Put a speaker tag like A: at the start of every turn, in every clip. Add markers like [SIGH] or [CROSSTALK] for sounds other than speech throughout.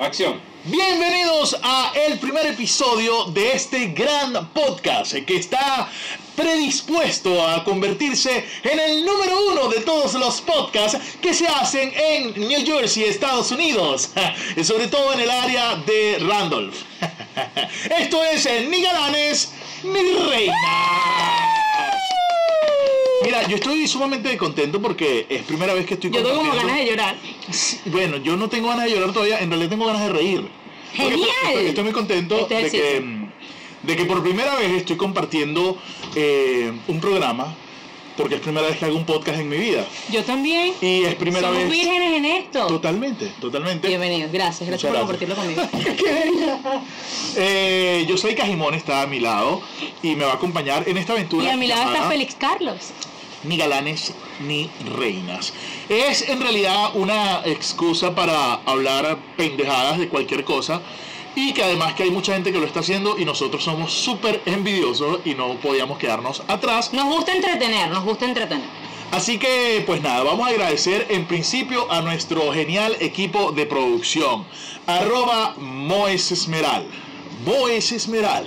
A: Acción.
B: Bienvenidos a el primer episodio de este gran podcast que está predispuesto a convertirse en el número uno de todos los podcasts que se hacen en New Jersey, Estados Unidos, [LAUGHS] y sobre todo en el área de Randolph. [LAUGHS] Esto es Ni Galanes, Ni Reinas. Mira, yo estoy sumamente contento porque es primera vez que estoy
C: Yo tengo como
B: compartiendo-
C: ganas de llorar.
B: Sí, Bueno, yo no tengo ganas de llorar todavía, en realidad tengo ganas de reír. Porque
C: ¡Genial!
B: Estoy, estoy muy contento
C: Este
B: de que,
C: ejercicio.
B: mm, de que por primera vez estoy compartiendo eh, un programa, porque es primera vez que hago un podcast en mi vida.
C: Yo también.
B: Y es primera
C: Somos
B: vez...
C: vírgenes en esto.
B: Totalmente, totalmente.
C: Bienvenidos, gracias, gracias por
B: Muchas
C: compartirlo
B: [LAUGHS]
C: conmigo.
B: ¡Qué bella! Eh, yo soy Cajimón, está a mi lado y me va a acompañar en esta aventura.
C: Y a mi lado está
B: llamada-
C: Félix Carlos.
B: ni galanes ni reinas. Es en realidad una excusa para hablar pendejadas de cualquier cosa y que además que hay mucha gente que lo está haciendo y nosotros somos súper envidiosos y no podíamos quedarnos atrás.
C: Nos gusta entretener, nos gusta entretener.
B: Así que pues nada, vamos a agradecer en principio a nuestro genial equipo de producción. Arroba Moes Esmeral. Moes Esmeral.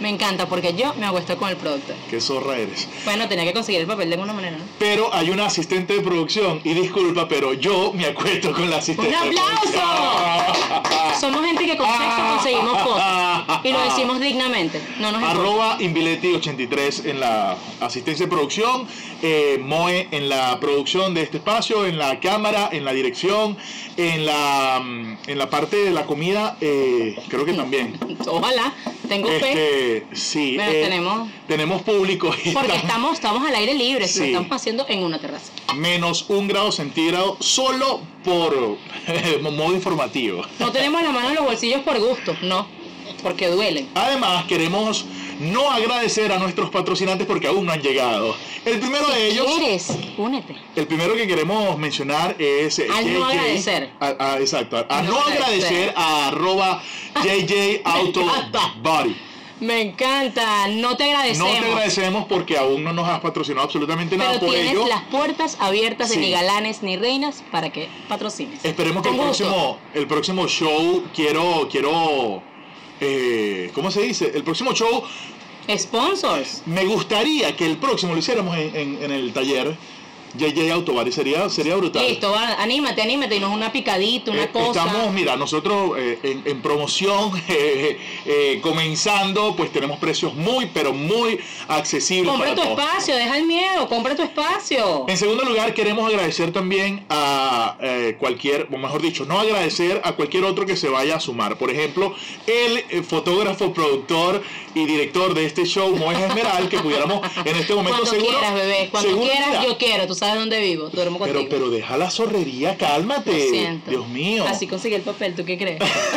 C: Me encanta porque yo me acuesto con el productor.
B: Qué zorra eres.
C: Bueno, tenía que conseguir el papel de alguna manera, ¿no?
B: Pero hay una asistente de producción y disculpa, pero yo me acuesto con la asistente.
C: ¡Un
B: [LAUGHS] Ah.
C: aplauso! Somos gente que con sexo conseguimos cosas y lo decimos dignamente. No nos importa.
B: Arroba Invileti83 en la asistencia de producción, eh, Moe en la producción de este espacio, en la cámara, en la dirección, en la, mm, en la parte de la comida, eh, creo que también.
C: Ojalá, tengo fe.
B: Este, sí,
C: Pero tenemos-
B: tenemos público. y
C: Porque
B: estamos-
C: estamos, estamos al aire libre,
B: Sí.
C: lo estamos haciendo en una terraza.
B: menos un grado centígrado solo por [LAUGHS] modo informativo.
C: No tenemos la mano en los bolsillos por gusto, no, porque duelen.
B: Además, queremos no agradecer a nuestros patrocinantes porque aún no han llegado. El primero de ellos,
C: ¿Quieres? Únete.
B: el primero que queremos mencionar es eh,
C: Al no agradecer.
B: a- a- exacto, a, a no,
C: No
B: agradecer
C: agradecer.
B: a
C: [LAUGHS]
B: arroba JJ Auto
C: encanta.
B: Body.
C: Me encanta, no te
B: No
C: agradecemos.
B: te agradecemos porque aún no nos has patrocinado absolutamente nada
C: pero
B: por
C: tienes
B: ello.
C: las puertas abiertas
B: Sí.
C: de ni galanes ni reinas para que patrocines.
B: Esperemos que el
C: Con gusto.
B: próximo, el próximo show quiero, quiero, eh, ¿cómo se dice? El próximo show
C: Sponsors.
B: Me gustaría que el próximo lo hiciéramos en, en- en el taller JJ Autobar y sería, sería brutal.
C: Listo, va, anímate, anímate, y nos una picadita, una
B: Eh,
C: cosa.
B: Estamos, mira, nosotros eh, en, en promoción, [LAUGHS] eh, eh, comenzando, pues tenemos precios muy, pero muy accesibles.
C: Compra
B: para
C: tu
B: todos.
C: espacio, deja el miedo, compra tu espacio.
B: En segundo lugar, queremos agradecer también a eh, cualquier, o mejor dicho, no agradecer a cualquier otro que se vaya a sumar. Por ejemplo, el eh, fotógrafo, productor y director de este show, Moes Esmeral, que pudiéramos en este momento
C: Cuando
B: seguro.
C: quieras, bebé, cuando
B: seguro,
C: quieras,
B: mira,
C: yo quiero. Tú sabes dónde vivo, duermo contigo.
B: Pero, pero deja la zorrería, cálmate.
C: Lo siento.
B: Dios mío.
C: Así conseguí el papel, ¿tú qué crees?
B: [LAUGHS]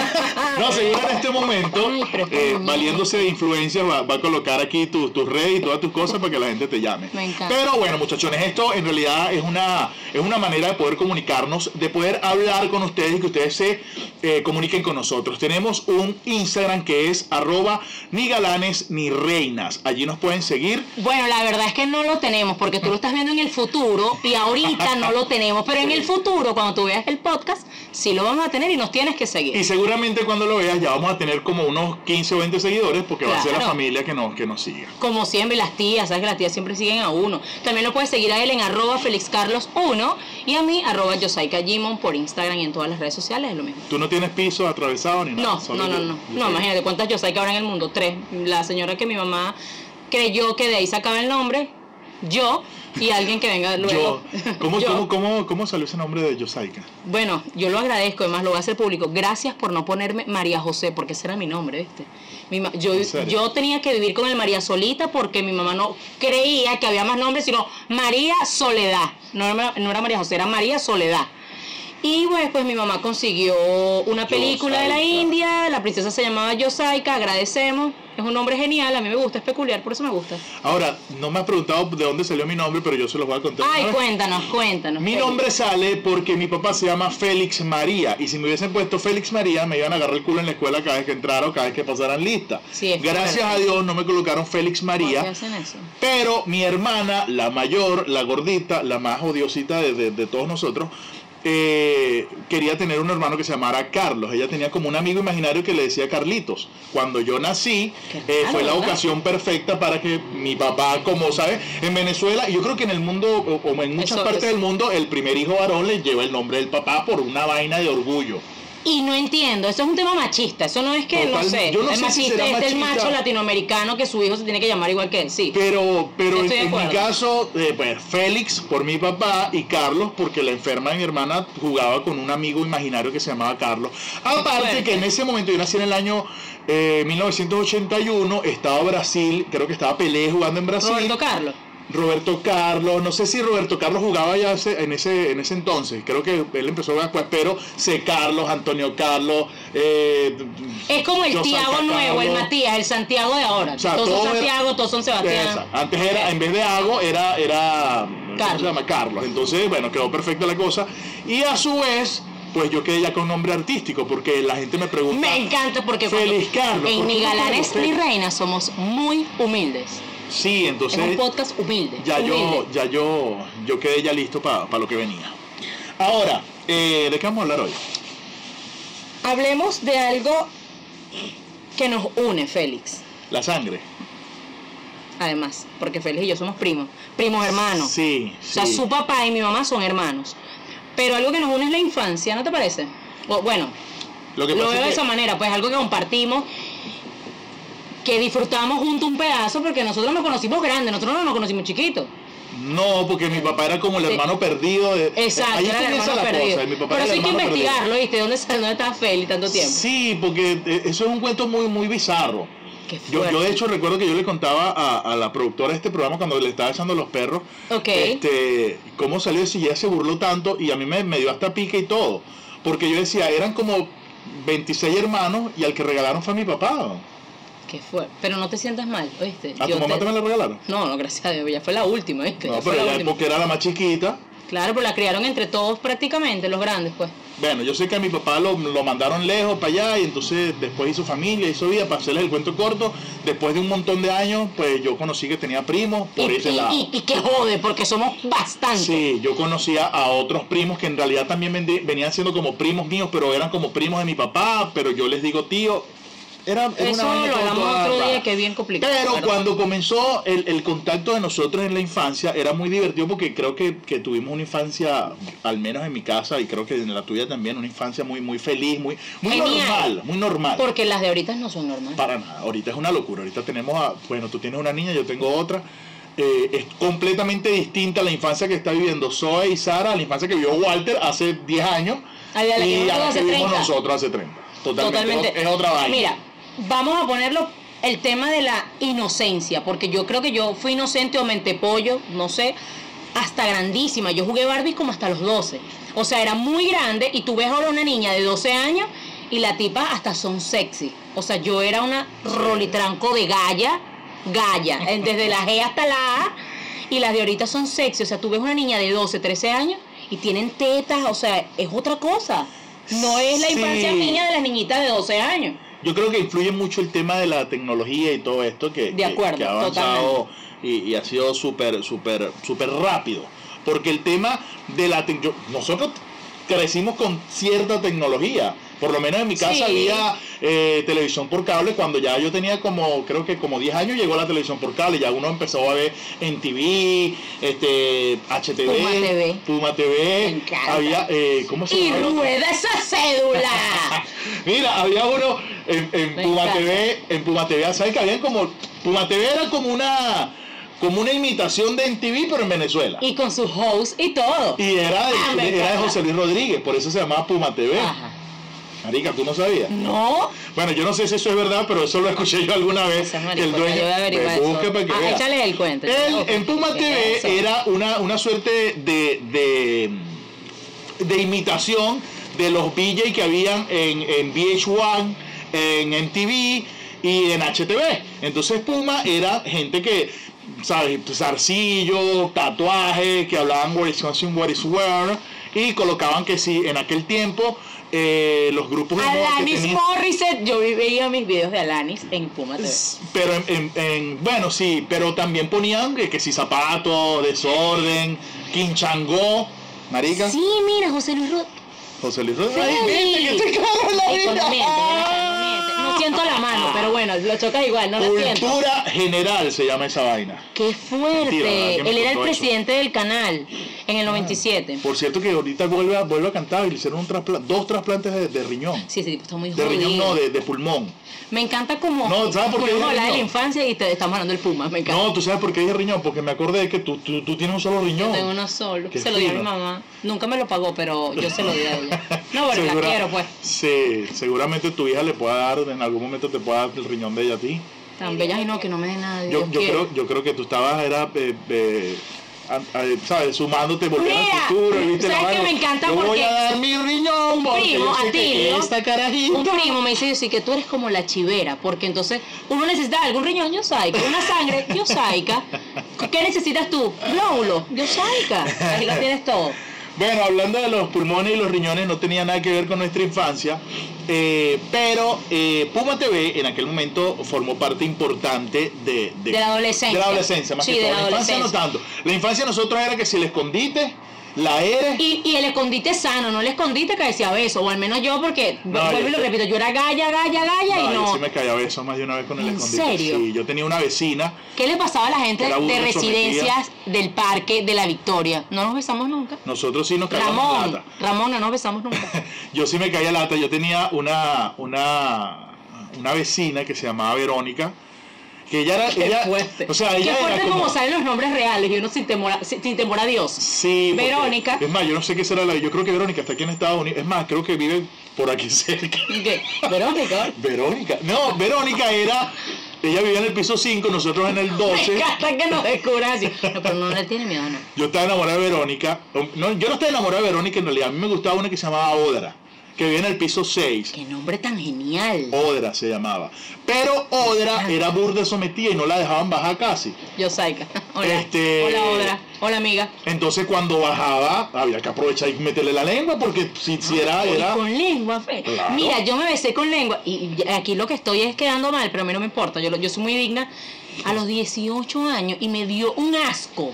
B: No, seguro en este momento,
C: Ay, pero está
B: eh,
C: bonito.
B: valiéndose de influencias, va, va a colocar aquí tu- tus redes y todas tus cosas para que la gente te llame.
C: Me encanta.
B: Pero bueno, muchachones, esto en realidad es una, es una manera de poder comunicarnos, de poder hablar con ustedes y que ustedes se eh, comuniquen con nosotros. Tenemos un Instagram que es arroba ni galanes ni reinas. Allí nos pueden seguir.
C: Bueno, la verdad es que no lo tenemos porque tú lo estás viendo en el futuro y ahorita no lo tenemos, pero en el futuro, cuando tú veas el podcast, sí lo vamos a tener y nos tienes que seguir.
B: Y seguramente cuando lo veas ya vamos a tener como unos 15 o 20 seguidores porque va a ser la
C: Claro.
B: familia que nos, que nos siga.
C: Como siempre, las tías, ¿sabes? que Las tías siempre siguen a uno. También lo puedes seguir a él en arroba felixcarlos1 y a mí arroba yosaikajimon por Instagram y en todas las redes sociales, es lo mismo.
B: Tú no tienes piso atravesado ni nada.
C: No,
B: solo
C: no, no,
B: yo-
C: no.
B: yo
C: No,
B: soy-
C: imagínate cuántas yosaika habrá en el mundo. Tres. La señora que mi mamá creyó que de ahí sacaba el nombre, yo y alguien que venga luego.
B: Yo, ¿cómo,
C: [LAUGHS] Yo.
B: cómo- cómo- cómo salió ese nombre de Yosaika?
C: Bueno, yo lo agradezco, además lo voy a hacer público. Gracias por no ponerme María José, porque ese era mi nombre, ¿viste? Mi ma- yo,
B: ¿En serio?
C: yo tenía que vivir con el María Solita porque mi mamá no creía que había más nombres, sino María Soledad. No era, no era María José, era María Soledad. Y bueno, pues mi mamá consiguió una película de la
B: Yosaika.
C: India, la princesa se llamaba Yosaika, agradecemos. Es un nombre genial, a mí me gusta, es peculiar, por eso me gusta.
B: Ahora, no me has preguntado de dónde salió mi nombre, pero yo se los voy a contar.
C: Ay,
B: ¿no?
C: cuéntanos, cuéntanos.
B: Mi
C: Félix.
B: nombre sale porque mi papá se llama Félix María y si me hubiesen puesto Félix María me iban a agarrar el culo en la escuela cada vez que entrara o cada vez que pasaran lista.
C: Sí, es
B: Gracias a
C: correcto.
B: Dios no me colocaron Félix
C: ¿Por qué
B: María.
C: hacen eso?
B: Pero mi hermana, la mayor, la gordita, la más odiosita de, de- de todos nosotros, eh, quería tener un hermano que se llamara Carlos. Ella tenía como un amigo imaginario que le decía Carlitos. Cuando yo nací,
C: Qué
B: eh,
C: raro,
B: fue la
C: ¿verdad?
B: ocasión perfecta para que mi papá, como sabes, en Venezuela, y yo creo que en el mundo, o- o en muchas
C: Eso-
B: partes
C: eso.
B: del mundo, el primer hijo varón le lleva el nombre del papá por una vaina de orgullo.
C: Y no entiendo, eso es un tema machista, eso no es que, no
B: Total,
C: sé,
B: yo no sé
C: es
B: si
C: machista,
B: será
C: este es el
B: machista.
C: macho latinoamericano que su hijo se tiene que llamar igual que él, sí.
B: Pero, pero en,
C: Estoy de
B: en mi
C: acuerdo.
B: caso, eh, pues Félix por mi papá y Carlos porque la enferma de mi hermana jugaba con un amigo imaginario que se llamaba Carlos. Aparte
C: fuerte.
B: que en ese momento, yo nací en el año eh, 1981, estaba Brasil, creo que estaba Pelé jugando en Brasil.
C: Roberto Carlos.
B: Roberto Carlos, no sé si Roberto Carlos jugaba ya hace- en, ese, en ese entonces, creo que él empezó a jugar después, pero C. Carlos, Antonio Carlos, eh,
C: Es como el
B: Josaka
C: Tiago nuevo, el
B: Carlos.
C: Matías, el Santiago de ahora.
B: O sea,
C: todos son
B: todo era-
C: Santiago, todos son Sebastián.
B: Esa. Antes era, en vez de Hago, era, era ¿cómo
C: Carlos.
B: se llama? Carlos. Entonces, bueno, quedó perfecta la cosa. Y a su vez, pues yo quedé ya con nombre artístico, porque la gente me pregunta.
C: Me encanta porque cuando-
B: Feliz Carlos.
C: en
B: ¿por
C: Mi
B: qué no
C: Galanes,
B: Carlos?
C: Mi Reina somos muy humildes.
B: Sí,
C: Es un
B: entonces
C: podcast humilde.
B: ya yo,
C: humilde.
B: ya yo, yo quedé ya listo para lo que venía. Ahora, eh, ¿de qué vamos a hablar hoy?
C: Hablemos de algo que nos une, Félix.
B: La sangre.
C: Además, porque Félix y yo somos primos, primos hermanos.
B: Sí,
C: Ah, O sea,
B: sí.
C: su papá y mi mamá son hermanos. Pero algo que nos une es la infancia, ¿no te parece? O, bueno,
B: Lo que
C: lo
B: pasa
C: veo
B: es
C: de
B: que-
C: esa manera, pues algo que compartimos, que disfrutamos juntos un pedazo, porque nosotros nos conocimos grandes, nosotros no nos conocimos chiquitos.
B: No, porque mi papá era como el
C: Sí.
B: hermano perdido. de-
C: Exacto,
B: Ahí
C: era el
B: comienza
C: hermano
B: la
C: perdido.
B: cosa. y mi papá
C: Pero
B: era
C: eso
B: el
C: hay que
B: hermano perdido.
C: investigarlo, ¿viste? ¿Dónde, está- dónde estaba Feli tanto tiempo?
B: Sí, porque eh, eso es un cuento muy, muy bizarro.
C: Qué
B: Yo, yo de
C: fuerte.
B: hecho recuerdo que yo le contaba a, a la productora de este programa cuando le estaba echando los perros,
C: Ok.
B: este, cómo salió si ya se burló tanto y a mí me, me dio hasta pique y todo. Porque yo decía, eran como 26 hermanos y al que regalaron fue a mi papá.
C: Qué fuerte. Pero no te sientas mal, ¿oíste?
B: A
C: Yo
B: Ah, tu mamá
C: te-
B: también le regalaron.
C: No, no, gracias a Dios, ya fue la última, ¿viste?
B: No,
C: Ya fue
B: pero
C: la
B: ella
C: última.
B: porque era la más chiquita.
C: Claro, pero la criaron entre todos prácticamente, los grandes, pues.
B: Bueno, yo sé que a mi papá lo, lo mandaron lejos para allá y entonces después hizo familia, hizo vida, para hacerles el cuento corto. Después de un montón de años, pues yo conocí que tenía primos por
C: y,
B: ese
C: y-
B: lado.
C: y- y que jode, porque somos bastantes.
B: Sí, yo conocía a otros primos que en realidad también vendi- venían siendo como primos míos, pero eran como primos de mi papá, pero yo les digo tío. Era, era
C: Eso
B: una vaina
C: lo
B: como
C: hablamos
B: toda
C: otro
B: rara.
C: día, que es bien complicado.
B: Pero
C: ¿verdad?
B: cuando comenzó el, el contacto de nosotros en la infancia, era muy divertido porque creo que, que tuvimos una infancia, al menos en mi casa, y creo que en la tuya también, una infancia muy, muy feliz, muy, muy
C: Genial.
B: normal, muy normal.
C: Porque las de ahorita no son normales.
B: Para nada, ahorita es una locura. Ahorita tenemos a, bueno, tú tienes una niña, yo tengo otra. Eh, es completamente distinta la infancia que está viviendo Zoe y Sara a la infancia que vivió Walter hace 10 años
C: A la
B: y
C: que vivimos
B: a la
C: hace
B: que vivimos
C: 30.
B: nosotros hace 30. Totalmente,
C: Totalmente.
B: es otra vaina.
C: Mira, vamos a ponerlo el tema de la inocencia, porque yo creo que yo fui inocente o mentepollo, no sé, hasta grandísima. Yo jugué Barbie como hasta los 12. O sea, era muy grande y tú ves ahora una niña de 12 años y la tipa hasta son sexy. O sea, yo era una rolitranco de galla, galla, eh, desde la G hasta la A. Y las de ahorita son sexy. O sea, tú ves una niña de 12, 13 años y tienen tetas. O sea, es otra cosa. No es la
B: Sí.
C: infancia mía de las niñitas de 12 años.
B: Yo creo que influye mucho el tema de la tecnología y todo esto que,
C: De
B: que-
C: acuerdo,
B: que ha avanzado y, y ha sido súper, súper, súper rápido. Porque el tema de la tec- yo- nosotros crecimos con cierta tecnología. Por lo menos en mi casa
C: Sí.
B: había eh, televisión por cable cuando ya yo tenía como, creo que como 10 años llegó la televisión por cable. Ya uno empezó a ver en TV, este, HTV,
C: Puma TV.
B: Puma TV.
C: Me encanta.
B: Había, eh, ¿cómo se
C: [LAUGHS] Y
B: llamaba el otro?
C: rueda esa [LAUGHS] cédula.
B: Mira, había uno en, en
C: Me
B: Puma
C: encanta.
B: TV, en Puma TV, ¿sabes que habían como Puma TV era como una como una imitación de MTV pero en Venezuela. Y,
C: y con sus host y todo.
B: era de,
C: Ah, me
B: era de
C: encanta.
B: José Luis Rodríguez, por eso se llamaba Puma TV.
C: Ajá.
B: Marica, tú no sabías.
C: No.
B: Bueno, yo no sé si eso es verdad, pero eso lo escuché yo alguna vez.
C: Esa es
B: que el
C: maricota,
B: dueño
C: yo voy a averiguar
B: pues,
C: eso.
B: busca para que
C: Ah,
B: vea.
C: échale el cuento.
B: Él,
C: Ok.
B: en Puma
C: ¿Qué
B: TV
C: es eso?
B: era una, una suerte de, de, de imitación de los VJ que habían en, en VH1, en MTV y en HTV. Entonces Puma era gente que, ¿sabes? Zarcillos, tatuajes, que hablaban what is something, what is where, y colocaban que sí, en aquel tiempo eh, los grupos de moda que
C: Alanis
B: tenían-
C: Morissette, yo vi- veía mis videos de Alanis en Puma TV.
B: pero en, en- en- bueno sí pero también ponían que, que si zapato desorden quinchangó marica
C: Sí, mira, José Luis Rod.
B: José Luis Rodríguez.
C: Sí.
B: Ay, viste que estoy claro en la
C: Ay,
B: vida. Ah.
C: cuando miente, cuando miente. No siento la mano, pero bueno, lo chocas igual, no lo siento.
B: cultura general se llama esa vaina
C: ¡Qué fuerte!
B: Mentira, ¿verdad? ¿Quién me
C: Él era el
B: contó eso?
C: presidente del canal en el 97.
B: por cierto que ahorita vuelve a, vuelve a cantar y le hicieron un traspla- dos trasplantes de, de riñón
C: Sí, ese tipo está muy
B: de riñón
C: jodido.
B: no de, de pulmón
C: Me encanta como
B: No, ¿sabes por qué
C: podemos
B: digo
C: hablar de la
B: riñón?
C: infancia y te, estamos hablando del Puma, me encanta.
B: no tú sabes por qué dije riñón porque me acordé de que tú, tú, tú tienes un solo riñón
C: Yo tengo uno solo.
B: Qué
C: se lo di a mi
B: fino.
C: mamá. Nunca me lo pagó, pero yo se lo di a ella. No, porque la
B: Segura-
C: quiero, pues.
B: Sí, seguramente tu hija le pueda dar, en algún momento te pueda dar el riñón de ella a ti.
C: Tan bella y no, que no me dé nada.
B: Yo,
C: Dios
B: yo,
C: quiere.
B: creo, yo creo que tú estabas, era, eh, eh, a- a- ¿sabes? Sumándote, volviendo
C: Mira,
B: al futuro. ¿viste?
C: ¿sabes
B: La
C: qué
B: vaina.
C: me encanta?
B: Yo voy
C: Porque
B: a dar mi riñón, porque
C: primo,
B: yo
C: a
B: sé que-
C: ti,
B: que
C: ¿no?
B: esta carajita.
C: Un primo me dice, yo sí, que tú eres como la chivera, porque entonces uno necesita algún riñón, yo saica, una sangre, yo saica. ¿Qué necesitas tú? Glóbulo, yo saica. Ahí lo tienes todo.
B: Bueno, hablando de los pulmones y los riñones, no tenía nada que ver con nuestra infancia, eh, pero eh, Puma TV en aquel momento formó parte importante de,
C: De la adolescencia.
B: de la adolescencia, más
C: Sí,
B: que
C: de
B: todo.
C: la
B: La, infancia no
C: adolescencia.
B: tanto. La infancia de nosotros era que si el escondite, la eres.
C: Y, y el escondite sano, no el escondite que decía beso, o al menos yo, porque
B: No,
C: vu-
B: yo-
C: vuelvo y lo repito, yo era galla, galla, galla
B: Ay,
C: y no.
B: sí me caía besos más de una vez con el
C: ¿En
B: escondite.
C: serio?
B: Sí, yo tenía una vecina.
C: ¿Qué le pasaba a la gente
B: Que la
C: de
B: burra
C: residencias del parque de la Victoria? No nos besamos nunca.
B: Nosotros sí nos caíamos
C: Ramón,
B: lata.
C: Ramón, no nos besamos nunca.
B: Yo sí me caía lata. Yo tenía una, una, una vecina que se llamaba Verónica. Que ella era. [LAUGHS]
C: Qué
B: ella-
C: fuerte.
B: O sea, ella
C: Qué
B: era
C: fuerte como... salen los nombres reales y uno sin temor a, sin sin temor a Dios.
B: Sí, porque-
C: Verónica.
B: Es más, yo no sé qué será la. Yo creo que Verónica está aquí en Estados Unidos. Es más, creo que vive por aquí [LAUGHS] cerca.
C: ¿Y qué? Verónica.
B: Verónica. No, Verónica era. Ella vivía en el piso 5, nosotros en el
C: Me [LAUGHS]
B: 12.
C: encanta que nos descubran así. No, pero no le tiene miedo, no.
B: Yo estaba enamorado de Verónica. No, yo no estaba enamorado de Verónica en realidad. A mí me gustaba una que se llamaba Odra, que vivía en el piso 6.
C: Qué nombre tan genial.
B: Odra se llamaba. Pero Odra era burda sometida y no la dejaban bajar casi.
C: Yo, Saika. [LAUGHS] Hola.
B: Este-
C: Hola, Odra. Hola, amiga.
B: Entonces cuando bajaba, había que aprovechar y meterle la lengua porque si, si era,
C: Y
B: era...
C: con lengua, fe.
B: Claro.
C: Mira, yo me besé con lengua. Y y aquí lo que estoy es quedando mal, pero a mí no me importa. Yo, lo- yo soy muy digna. A los 18 años y me dio un asco.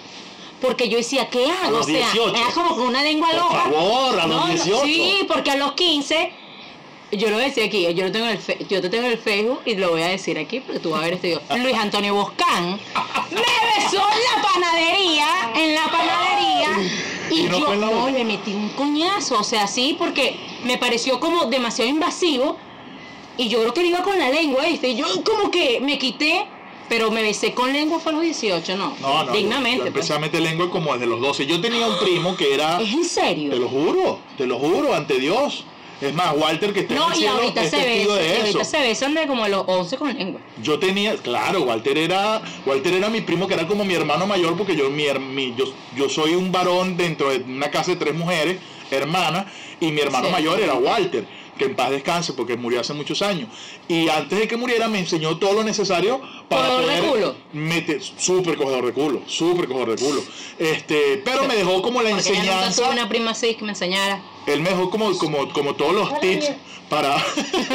C: Porque yo decía, ¿qué hago?
B: los
C: o sea,
B: 18.
C: era como con una lengua
B: Por
C: loca.
B: favor, a los
C: No, no,
B: 18.
C: sí, porque a los 15. Yo lo voy a decir aquí, yo, lo tengo en el fe- yo te tengo en el Facebook y lo voy a decir aquí porque tú vas a ver este video. Luis Antonio Boscán me besó en la panadería, en la panadería. Y,
B: Y no
C: yo
B: fue en la
C: no,
B: boca.
C: le metí un coñazo, o sea, sí, porque me pareció como demasiado invasivo y yo creo que le iba con la lengua, ¿viste? Y yo como que me quité, pero me besé con lengua fue a los 18, ¿no?
B: No, no.
C: Dignamente.
B: Yo
C: pues.
B: empecé a meter lengua como desde los 12. Yo tenía un primo que era...
C: Es en
B: Te
C: serio.
B: lo juro, te lo juro, ante Dios. Es más, Walter que está en
C: No,
B: el
C: y
B: cielo
C: ahorita
B: es
C: se
B: testigo
C: besan, y
B: de
C: ahorita
B: eso.
C: se besan de como a los 11 con lengua.
B: Yo tenía, claro, Walter era, Walter era mi primo que era como mi hermano mayor porque yo mi, her- mi- yo, yo soy un varón dentro de una casa de tres mujeres, hermanas, y mi hermano
C: Sí.
B: mayor era Walter, que en paz descanse porque murió hace muchos años. Y antes de que muriera me enseñó todo lo necesario para
C: Cogedor de
B: poder
C: culo.
B: meter súper cogedor de culo, súper cogedor de culo. Este, pero me dejó como la
C: Porque ya nunca
B: enseñanza
C: tuve una prima así que me enseñara.
B: él me dejó como, como, como todos los tips para, [LAUGHS]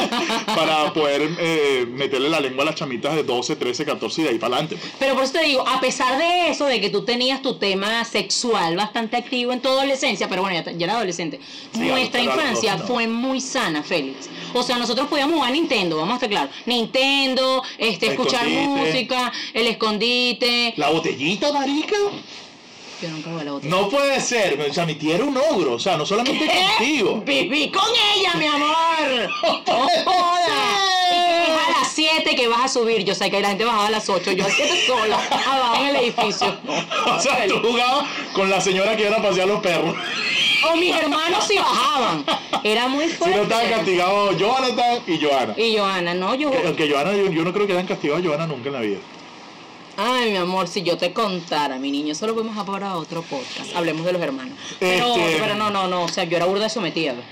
B: para poder eh, meterle la lengua a las chamitas de 12, 13, 14 y de ahí para adelante. pues.
C: Pero por eso te digo, a pesar de eso, de que tú tenías tu tema sexual bastante activo en tu adolescencia, pero bueno, ya, ya era adolescente, nuestra
B: pero a los
C: infancia
B: 12 no.
C: fue muy sana, Félix. O sea, nosotros podíamos jugar a Nintendo, vamos a estar claros. Nintendo, este,
B: El
C: escuchar
B: escondite.
C: música, el escondite.
B: ¿La botellita, marica?
C: Yo nunca jugué a la botella.
B: No puede ser. O sea, mi tía era un ogro. O sea, no solamente contigo.
C: ¿Eh? Viví con ella,
B: [LAUGHS]
C: mi amor. No jodas. Y que es a las 7 que vas a subir. Yo sé que la gente bajaba a las 8. Yo a las 7 sola, abajo en el edificio.
B: O sea, tú jugabas con la señora que iban a pasear los perros.
C: O mis hermanos si bajaban. Era muy
B: Si
C: fuerte.
B: no estaban castigados Jonathan y Joana.
C: Y Joana, no, yo.
B: Aunque Joana, yo, yo no creo que hayan castigado a Joana nunca en la vida.
C: Ay, mi amor, si yo te contara, mi niño, eso lo podemos dejar para otro podcast. Hablemos de los hermanos. Pero,
B: Este-
C: pero no, no, no. O sea, yo era burda sometida. pues.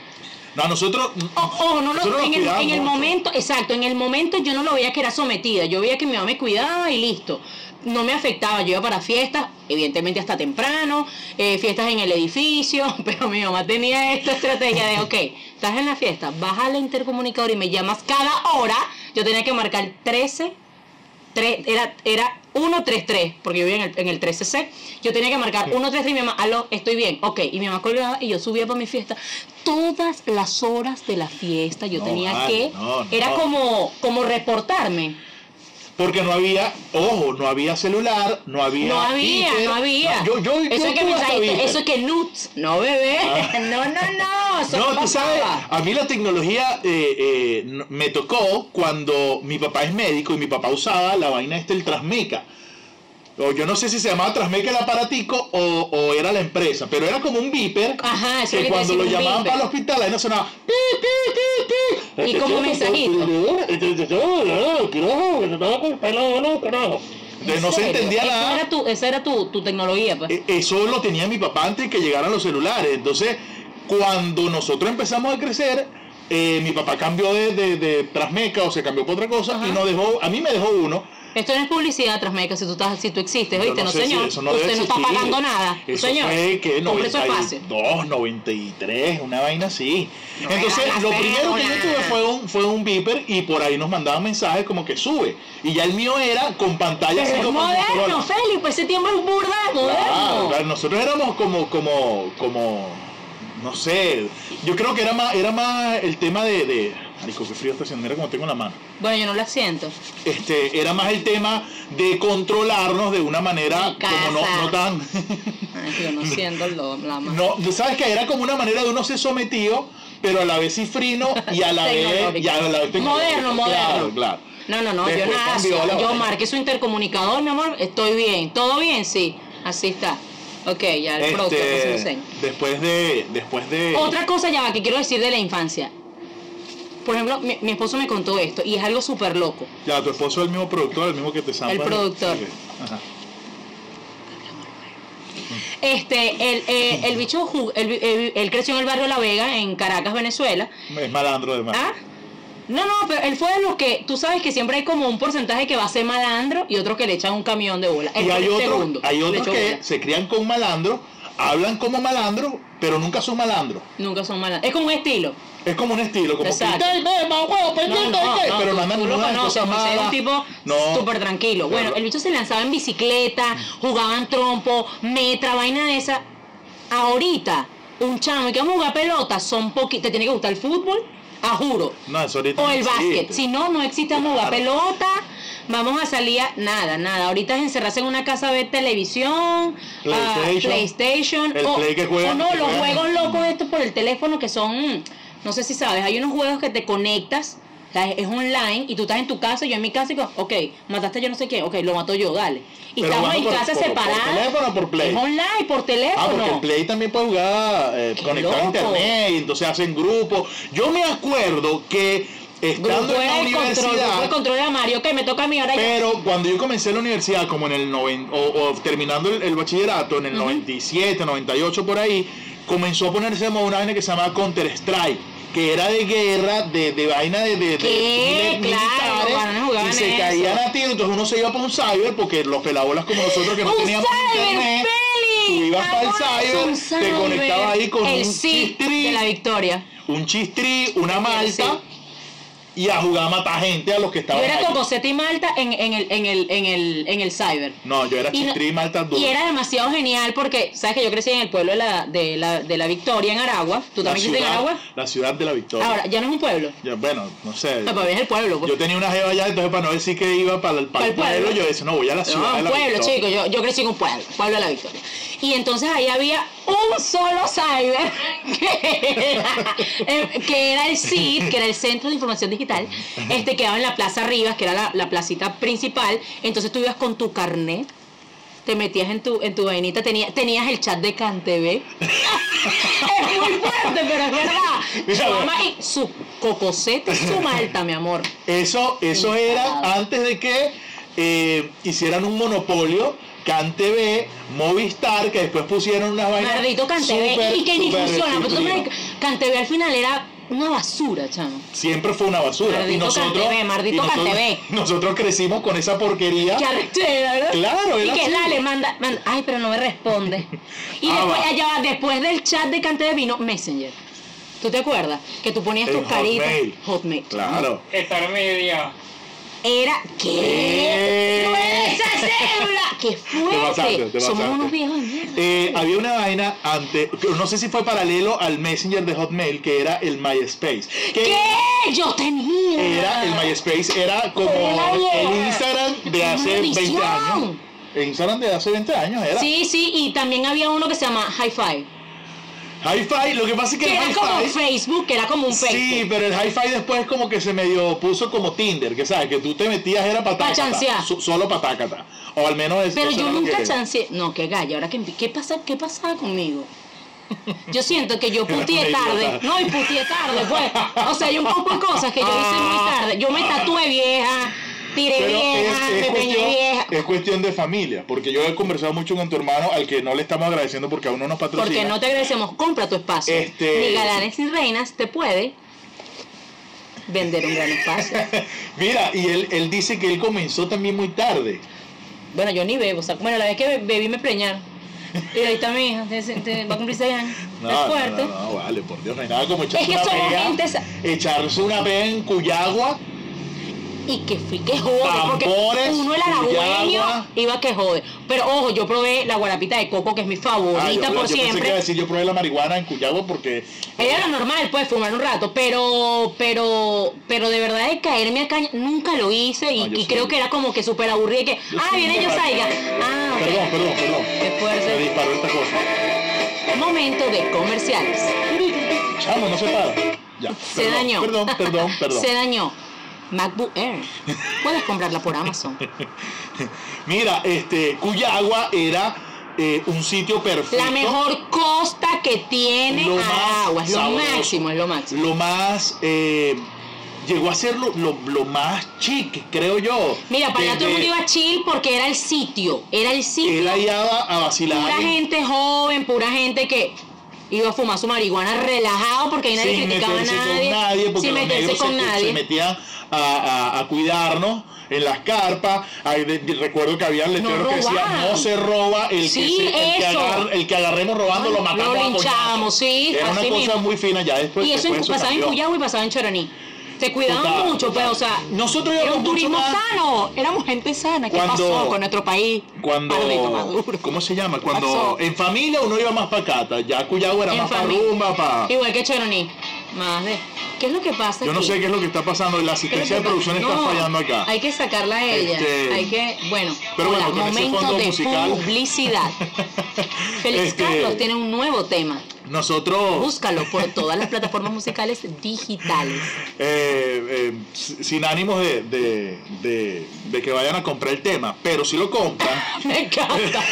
B: No, nosotros.
C: Oh, Ojo, no lo-
B: nosotros nos
C: en, el, en
B: cuidamos.
C: el momento, exacto, en el momento yo no lo veía que era sometida, yo veía que mi mamá me cuidaba y listo. No me afectaba, yo iba para fiestas, evidentemente hasta temprano, eh, fiestas en el edificio, [LAUGHS] pero mi mamá tenía esta estrategia de, ok, estás en la fiesta, baja al intercomunicador y me llamas cada hora, yo tenía que marcar 13, tres- era, era 133, porque yo vivía en el, en el 13C, yo tenía que marcar 133 y mi mamá, aló, estoy bien, ok, y mi mamá colgaba y yo subía para mi fiesta. Todas las horas de la fiesta yo
B: No,
C: tenía
B: vale,
C: que,
B: no, no.
C: era como, como reportarme.
B: Porque no había, ojo, no había celular, no había.
C: No había,
B: Twitter.
C: no había.
B: yo, yo,
C: eso,
B: yo
C: es que
B: tuve
C: me
B: hasta
C: trajiste-
B: Twitter.
C: eso es que nuts, no bebé,
B: Ah.
C: [LAUGHS] no, no, no, eso
B: No, tú
C: pasaba.
B: sabes, a mí la tecnología eh, eh, n- me tocó cuando mi papá es médico y mi papá usaba la vaina este, el Transmeca. O yo no sé si se llamaba Transmeca el aparatico o, o era la empresa, pero era como un beeper
C: Ajá, eso es
B: que
C: lo que te
B: cuando
C: decía,
B: lo
C: un
B: llamaban
C: beeper.
B: para el hospital ahí no sonaba. "Pi, pi, pi, pi".
C: Y como mensajito.
B: Entonces no se
C: ¿En serio?
B: entendía
C: Eso
B: nada.
C: era tu- esa era tu, tu tecnología, pues.
B: Eh, Eso lo tenía mi papá antes de que llegaran los celulares. Entonces, cuando nosotros empezamos a crecer, eh, mi papá cambió de, de, de Transmeca o se cambió por otra cosa
C: Ajá.
B: y nos dejó, a mí me dejó uno.
C: Esto no es publicidad, Transmeca, si tú, estás, si tú existes,
B: Yo
C: ¿oíste? No,
B: sé si
C: señor.
B: eso no
C: Usted
B: debe
C: no está
B: existir.
C: pagando nada.
B: Eso
C: señor.
B: fue que
C: Compre su espacio.
B: 92, 93, una vaina así.
C: No
B: Entonces,
C: regalas
B: lo primero que yo
C: cédula.
B: tuve fue un, fue un beeper y por ahí nos mandaban mensajes como que sube. Y ya el mío era con pantalla
C: Pero
B: así
C: es
B: como
C: moderno,
B: Motorola.
C: Félix, pues ese tiempo es burda de
B: Claro,
C: moderno.
B: claro, nosotros éramos como, como, como, no sé, yo creo que era más, era más el tema de, de marico, qué frío está haciendo, mira como tengo la mano.
C: Bueno, yo no la siento.
B: Este, era más el tema de controlarnos de una manera
C: Mi
B: como no,
C: casa.
B: no tan, [LAUGHS]
C: Ay, yo no siento lo- la mano.
B: no, tú sabes que era como una manera de uno ser sometido, pero a la vez cifrino y a
C: [LAUGHS]
B: la vez, y a la vez
C: Moderno,
B: tecnológico.
C: moderno.
B: Claro, claro.
C: No, no, no,
B: Después
C: yo nada.
B: cambió la
C: Yo
B: vaina.
C: marqué su intercomunicador, mi amor, estoy bien. ¿Todo bien? Sí, así está. Ok, ya el producto que se
B: Este,
C: lo enseña.
B: después de, después de,
C: Otra cosa ya va, que quiero decir de la infancia. Por ejemplo, mi, mi esposo me contó esto y es algo súper loco.
B: ya, tu esposo es el mismo productor, el mismo que te zampa.
C: El productor.
B: Ajá.
C: Este, el, eh, el bicho, jug- él, vi- él- él creció en el barrio La Vega, en Caracas, Venezuela.
B: Es malandro además.
C: ¿Ah? No, no, pero él fue de los que, tú sabes que siempre hay como un porcentaje que va a ser malandro y otro que le echan un camión de bola. Él
B: y
C: fue
B: hay
C: el
B: otros
C: segundo,
B: hay
C: le
B: otros
C: echó
B: que
C: bola.
B: se crían con malandros, hablan como malandros, pero nunca son malandros.
C: Nunca son malandros. Es como un estilo.
B: Es como un estilo, como
C: Exacto.
B: que, "Ey, ey, ma, huevo, pues,
C: No,
B: ey,
C: no,
B: ey",
C: no,
B: pero
C: tú-
B: no andan
C: tú
B: con
C: lo
B: unas
C: conoces,
B: cosas
C: Moisés
B: malas.
C: Es un tipo
B: No.
C: súper tranquilo. Bueno,
B: Claro.
C: el bicho se lanzaba en bicicleta, jugaban trompo, metra, vaina de esa. Ahorita, un chamo que vamos a jugar pelota, son poquitos. Te tiene que gustar el fútbol, a juro.
B: No, eso ahorita
C: O
B: no
C: el básquet.
B: existe.
C: Si no, no existe vamos a jugar
B: Claro.
C: pelota. Vamos a salir a nada, nada. Ahorita es encerrarse en una casa a ver televisión, a
B: PlayStation.
C: PlayStation,
B: El
C: o,
B: Play que juegan,
C: o no,
B: que
C: los
B: juegan.
C: juegos locos estos por el teléfono que son, mm, no sé si sabes, hay unos juegos que te conectas, o sea, es online y tú estás en tu casa, yo en mi casa y digo, ok, mataste yo no sé quién, ok, lo mato yo, dale. Y
B: Pero
C: estamos
B: jugando
C: en
B: por-
C: casa
B: por- por
C: separados.
B: teléfono o por Play?
C: Es online, por
B: Ah,
C: teléfono.
B: porque el Play también puede jugar eh,
C: Qué
B: conectado a
C: loco.
B: internet, y entonces hacen grupos. Yo me acuerdo que estando
C: Grupo
B: en la
C: de control,
B: universidad,
C: grupo de control de Mario, que me toca a mí ahora yo-
B: Pero cuando yo comencé la universidad, como en el 90, o, o terminando el, el bachillerato, en el 97, 98, por ahí, comenzó a ponerse de moda una vaina que se llamaba Counter-Strike, que era de guerra, de, de vaina de, de, de
C: ¿Qué?
B: mili-
C: Claro, los
B: militares,
C: varones jugaban
B: y se
C: eso.
B: caían a tiro, entonces uno se iba para un cyber, porque los pelabolas como nosotros que no
C: ¡Un
B: teníamos
C: cyber,
B: internet, tú
C: Félix!
B: ibas para el
C: Ahora es un
B: cyber, te
C: cyber.
B: conectabas ahí con
C: el
B: un
C: sí
B: chistri,
C: de la victoria.
B: un chistri, una malta,
C: sí.
B: y a jugar a matar gente a los que
C: Yo
B: estaban
C: era
B: allí.
C: Cocoseta y Malta en, en, el, en, el, en, el, en el cyber.
B: No, yo era
C: Y no-
B: chistri y malta duro.
C: Y era demasiado genial porque, ¿sabes que yo crecí en el pueblo de la, de la, de la Victoria, en Aragua? ¿Tú
B: La
C: también creciste en
B: ciudad-
C: Aragua?
B: La ciudad de la Victoria.
C: Ahora, ya no es un pueblo.
B: Ya, bueno, no sé.
C: No, para mí es el pueblo. pues.
B: Yo tenía una jeva allá, entonces para no decir que iba para el, para el
C: Para el
B: pueblo,
C: pueblo.
B: yo decía, no, voy a la ciudad
C: No,
B: de
C: un
B: la
C: pueblo,
B: Victoria.
C: chicos. Yo, yo crecí en un pueblo, pueblo de la Victoria. Y entonces ahí había un solo cyber [LAUGHS] que era, eh, que era el CID, que era el Centro de Información Digital, este quedaba en la Plaza Rivas, que era la, la placita principal. Entonces tú ibas con tu carnet. Te metías en tu, en tu vainita, tenía- tenías el chat de CanTV. [LAUGHS] es muy fuerte, pero es verdad.
B: Mira,
C: Su mamá y su cocosete y su malta, mi amor.
B: Eso, eso era
C: Impagable.
B: antes de que eh, hicieran un monopolio. CanTV, Movistar, que después pusieron unas vainas.
C: Maldito Cantebé
B: súper,
C: y que ni
B: súper
C: funciona. Pero tú
B: restrictivas.
C: sabes, Cantebé al final era una basura, chamo.
B: Siempre fue una basura. y
C: Maldito
B: nosotros,
C: Cantebé,
B: y
C: maldito
B: nosotros,
C: Cantebé.
B: [LAUGHS] nosotros crecimos con esa porquería.
C: Qué arrechera, ¿verdad?
B: Ah, Claro,
C: Y
B: era
C: que
B: así.
C: dale, manda, manda. Ay, pero no me
B: [LAUGHS]
C: responde. Y
B: Ah,
C: después,
B: va.
C: allá va, después del chat de Cante de Vino, Messenger. ¿Tú te acuerdas? Que tú ponías
B: En
C: tus caritas.
B: Hotmail.
C: Hotmail.
B: Claro.
A: Estar media.
C: Era. ¿Qué?
B: Eh.
C: ¡No eres esa célula!
B: [LAUGHS]
C: ¡Qué fuerte!
B: pasaste, te
C: Somos
B: pasaste.
C: unos viejos de mierda.
B: Eh, había una vaina ante, que no sé si fue paralelo al Messenger de Hotmail, que era el MySpace. Que
C: ¿Qué? Yo tenía.
B: Eh. Era, el MySpace era como
C: Era vieja.
B: el Instagram de
C: Una
B: hace 20
C: maldición.
B: años. El Instagram de hace 20 años era.
C: Sí, sí, y también había uno que se llama Hi-Fi.
B: Hi-Fi, lo que pasa es que
C: Que
B: el
C: era como
B: Hi-Fi.
C: Facebook, que era como un Facebook.
B: Sí, pues, pero el hi-fi después como que se medio puso como Tinder, que sabes, que tú te metías era
C: Pa'
B: patácata.
C: chancear.
B: su- solo patácata. O al menos es,
C: Pero
B: eso
C: yo
B: era lo que
C: nunca
B: era.
C: chanceé. No, qué galla, ahora que ¿qué pasa, qué pasaba conmigo? [LAUGHS] Yo siento que yo
B: Era
C: putié
B: una
C: tarde.
B: idiota.
C: No, y putié tarde, pues. O sea, hay un poco de cosas que yo hice muy tarde. Yo me tatué vieja, tiré
B: Ah. Pero es,
C: vieja,
B: es
C: me peñé
B: cuestión,
C: vieja.
B: es cuestión de familia, porque yo he conversado mucho con tu hermano, al que no le estamos agradeciendo porque aún no nos patrocina.
C: Porque no te agradecemos, compra tu espacio.
B: Este-
C: Ni galanes ni reinas te puede vender un gran espacio.
B: [LAUGHS] Mira, y él, él dice que él comenzó también muy tarde.
C: Bueno, yo ni bebo. o sea, bueno, la vez que be- bebí me preñaron. Y ahí está mi hija, te- te- va a cumplir seis años.
B: No,
C: es
B: no,
C: fuerte.
B: no, no, vale, por Dios, no hay nada como echarse
C: que
B: una
C: somos
B: pega.
C: gente sa-
B: Echarse una pega en Cuyagua.
C: Y que fui que jode, porque
B: Tambores,
C: uno era halagüeño,
B: Cuyagua.
C: iba que jode. Pero ojo, yo probé la guarapita de coco, que es mi
B: Ah, yo, yo
C: favorita por
B: pensé que
C: siempre.
B: iba a decir, yo probé la marihuana en Cuyagua porque
C: Era lo normal, pues, fumar un rato, pero, pero, pero de verdad de caerme a caña, nunca lo hice y,
B: No, Ah, yo
C: y
B: sí.
C: creo que era como que súper aburrido y que, ah,
B: sí,
C: viene
B: claro.
C: Yosaiga. Ah, ok.
B: Perdón, perdón, perdón.
C: Qué
B: Se
C: fuerte.
B: disparó esta cosa.
C: Momento de comerciales.
B: Chamo, no se para. Ya.
C: Se
B: perdón,
C: dañó.
B: Perdón, perdón, perdón.
C: [LAUGHS] Se dañó. MacBook Air. Puedes comprarla por
B: [LAUGHS]
C: Amazon.
B: Mira, este, Cuyagua era eh, un sitio perfecto.
C: La mejor costa que tiene
B: Lo más
C: Aragua. Es lo
B: sabroso.
C: máximo, es lo máximo.
B: Lo más. eh, llegó a ser lo, lo- lo más chic, creo yo.
C: Mira, para allá todo el
B: Desde-
C: mundo iba a chill porque era el sitio. Era el sitio.
B: Él ahí a, a vacilar.
C: pura gente joven, pura gente que iba a fumar su marihuana relajado porque ahí nadie
B: sin
C: criticaba a
B: meterse
C: nadie.
B: con nadie, porque
C: sin
B: los
C: meterse
B: negros
C: con
B: se,
C: nadie.
B: se metían a, a- a cuidarnos en las carpas. Ahí de- de- recuerdo que había letreros que decían
C: robar.
B: no se roba, el,
C: Sí,
B: que, se- el, que,
C: eso.
B: agar- el que agarremos robando
C: Ay,
B: lo matamos.
C: lo
B: a coñazos".
C: linchamos, sí,
B: Era una
C: así
B: cosa
C: mismo.
B: muy fina ya después.
C: y eso, en-
B: después
C: pasaba en
B: cambió.
C: Cuyagua y pasaba en Choraní. Se cuidaban
B: Total,
C: mucho,
B: total.
C: pero, o sea,
B: Nosotros
C: era
B: íbamos
C: un
B: mucho
C: turismo
B: más-
C: sano. Éramos gente sana. ¿Qué
B: Cuando-
C: pasó con nuestro país? Maldito
B: Cuando,
C: Maduro.
B: ¿cómo se llama? Cuando
C: Pasó.
B: en familia uno iba más para cata, ya Cuyagua era
C: En
B: más para
C: familia.
B: rumba, para...
C: Igual que Choroní. Más de. ¿Qué es lo que pasa
B: Yo no
C: aquí?
B: sé qué es lo que está pasando, la
C: ¿Qué es lo que
B: asistencia de
C: pasa?
B: producción está
C: No,
B: fallando acá.
C: Hay que sacarla a ella.
B: Este-
C: Hay que. Bueno,
B: Pero bueno,
C: hola,
B: con ese
C: momento
B: fondo
C: de
B: musical. [LAUGHS]
C: publicidad. Feliz
B: Este, oh.
C: Carlos tiene un nuevo tema.
B: Nosotros...
C: Búscalo por todas las plataformas musicales
B: [LAUGHS]
C: digitales.
B: eh, eh, s- sin ánimos de, de- de- de que vayan a comprar el tema, pero si lo compran,
C: Me encanta.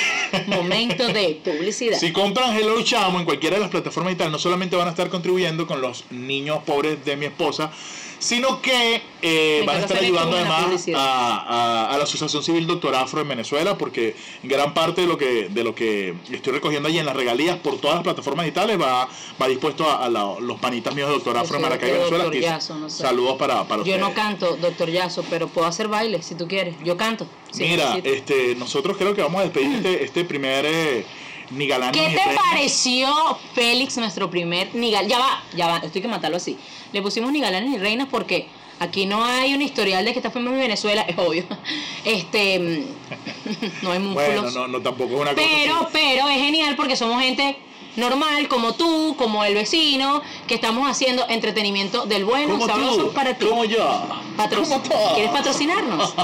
C: Momento de publicidad.
B: si compran Hello Chamo en cualquiera de las plataformas y tal, no solamente van a estar contribuyendo con los niños pobres de mi esposa, sino que eh,
C: Me
B: van a
C: encanta
B: estar
C: hacer
B: ayudando
C: esto en la
B: además
C: publicidad.
B: a, a- a la Asociación Civil Doctor Afro en Venezuela, porque gran parte de lo que de lo que estoy recogiendo allí en las regalías por todas las plataformas digitales va, va dispuesto a, a la- los panitas míos de Doctor Afro en
C: soy
B: Maracay,
C: doctor
B: Venezuela. que-
C: Yazo, no sé.
B: Saludos para, para
C: Yo
B: ustedes.
C: no canto, doctor Yaso, pero puedo hacer baile si tú quieres. Yo canto. si
B: Mira,
C: necesitas.
B: este, nosotros creo que vamos a despedir este, este primer eh, ni galán
C: ¿Qué
B: ni
C: te
B: reina.
C: pareció Félix, nuestro primer Nigal? Ya va, ya va, estoy que matarlo así. Le pusimos ni galanes ni reinas porque aquí no hay un historial de que esta fue en Venezuela, es obvio. [LAUGHS] Este, [LAUGHS] mm, no hay músculos.
B: Bueno, no, no tampoco es una
C: pero,
B: cosa.
C: pero es genial porque somos gente normal, como tú, como el vecino, que estamos haciendo entretenimiento del bueno,
B: como
C: sabroso
B: tú,
C: para ti.
B: como yo.
C: Patro-
B: como todos. [LAUGHS]
C: ¿Quieres patrocinarnos?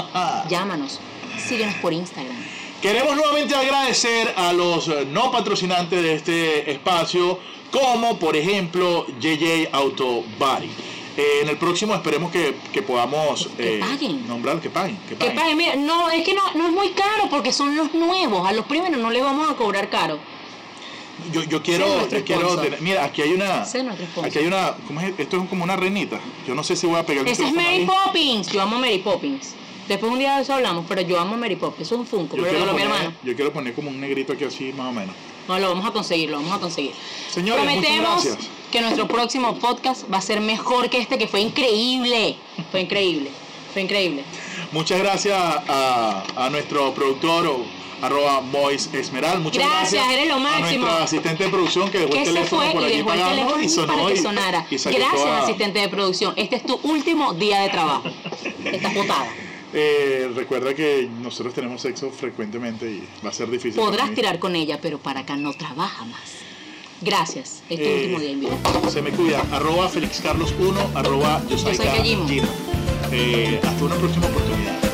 C: Llámanos, síguenos por Instagram.
B: Queremos nuevamente agradecer a los eh, no patrocinantes de este espacio, como por ejemplo JJ Auto Body. Eh, en el próximo esperemos que, que podamos
C: Que
B: eh,
C: paguen.
B: nombrar que paguen, que
C: Que
B: paguen.
C: pague, mira, no, es que no, no es muy caro porque son los nuevos. A los primeros no le vamos a cobrar caro.
B: Yo, yo
C: Sé
B: quiero,
C: nuestro
B: yo quiero
C: sponsor.
B: tener- mira, aquí hay una,
C: Sé nuestro sponsor.
B: aquí hay una, ¿cómo es? Esto es como una reinita. Yo no sé si voy a pegar. el
C: Esa es
B: micrófono
C: Mary
B: ahí.
C: Poppins. Yo amo Mary Poppins. Después un día de eso hablamos, pero yo amo Mary Poppins. Es un Funko,
B: Yo
C: pero
B: quiero,
C: lo mi
B: poner,
C: hermano.
B: yo quiero poner como un negrito aquí así, más o menos.
C: No, lo vamos a conseguir, lo vamos a conseguir.
B: Señores, muchas
C: Prometemos
B: gracias.
C: que nuestro próximo podcast va a ser mejor que este, que fue increíble. Fue increíble. Fue increíble.
B: Muchas gracias a, a nuestro productor o- arroba Mois Esmeral. Muchas gracias.
C: Gracias, eres lo máximo.
B: A nuestro asistente de producción que dejó
C: Que
B: el
C: se
B: teléfono
C: fue
B: por
C: y
B: allí
C: dejó el
B: pagando
C: teléfono
B: y sonó
C: para que
B: y-
C: sonara.
B: y se
C: Gracias,
B: quitó a-
C: asistente de producción. Este es tu último día de trabajo. Estás botada.
B: Eh, recuerda que nosotros tenemos sexo frecuentemente y va a ser difícil.
C: Podrás
B: para mí.
C: tirar con ella, pero para acá no trabaja más. Gracias. Es
B: Eh,
C: tu este último día invitado.
B: Se me cuida. Arroba Félix Carlos 1, arroba Yosaika
C: Yosaika Jimo.
B: Jimo. Eh, hasta una próxima oportunidad.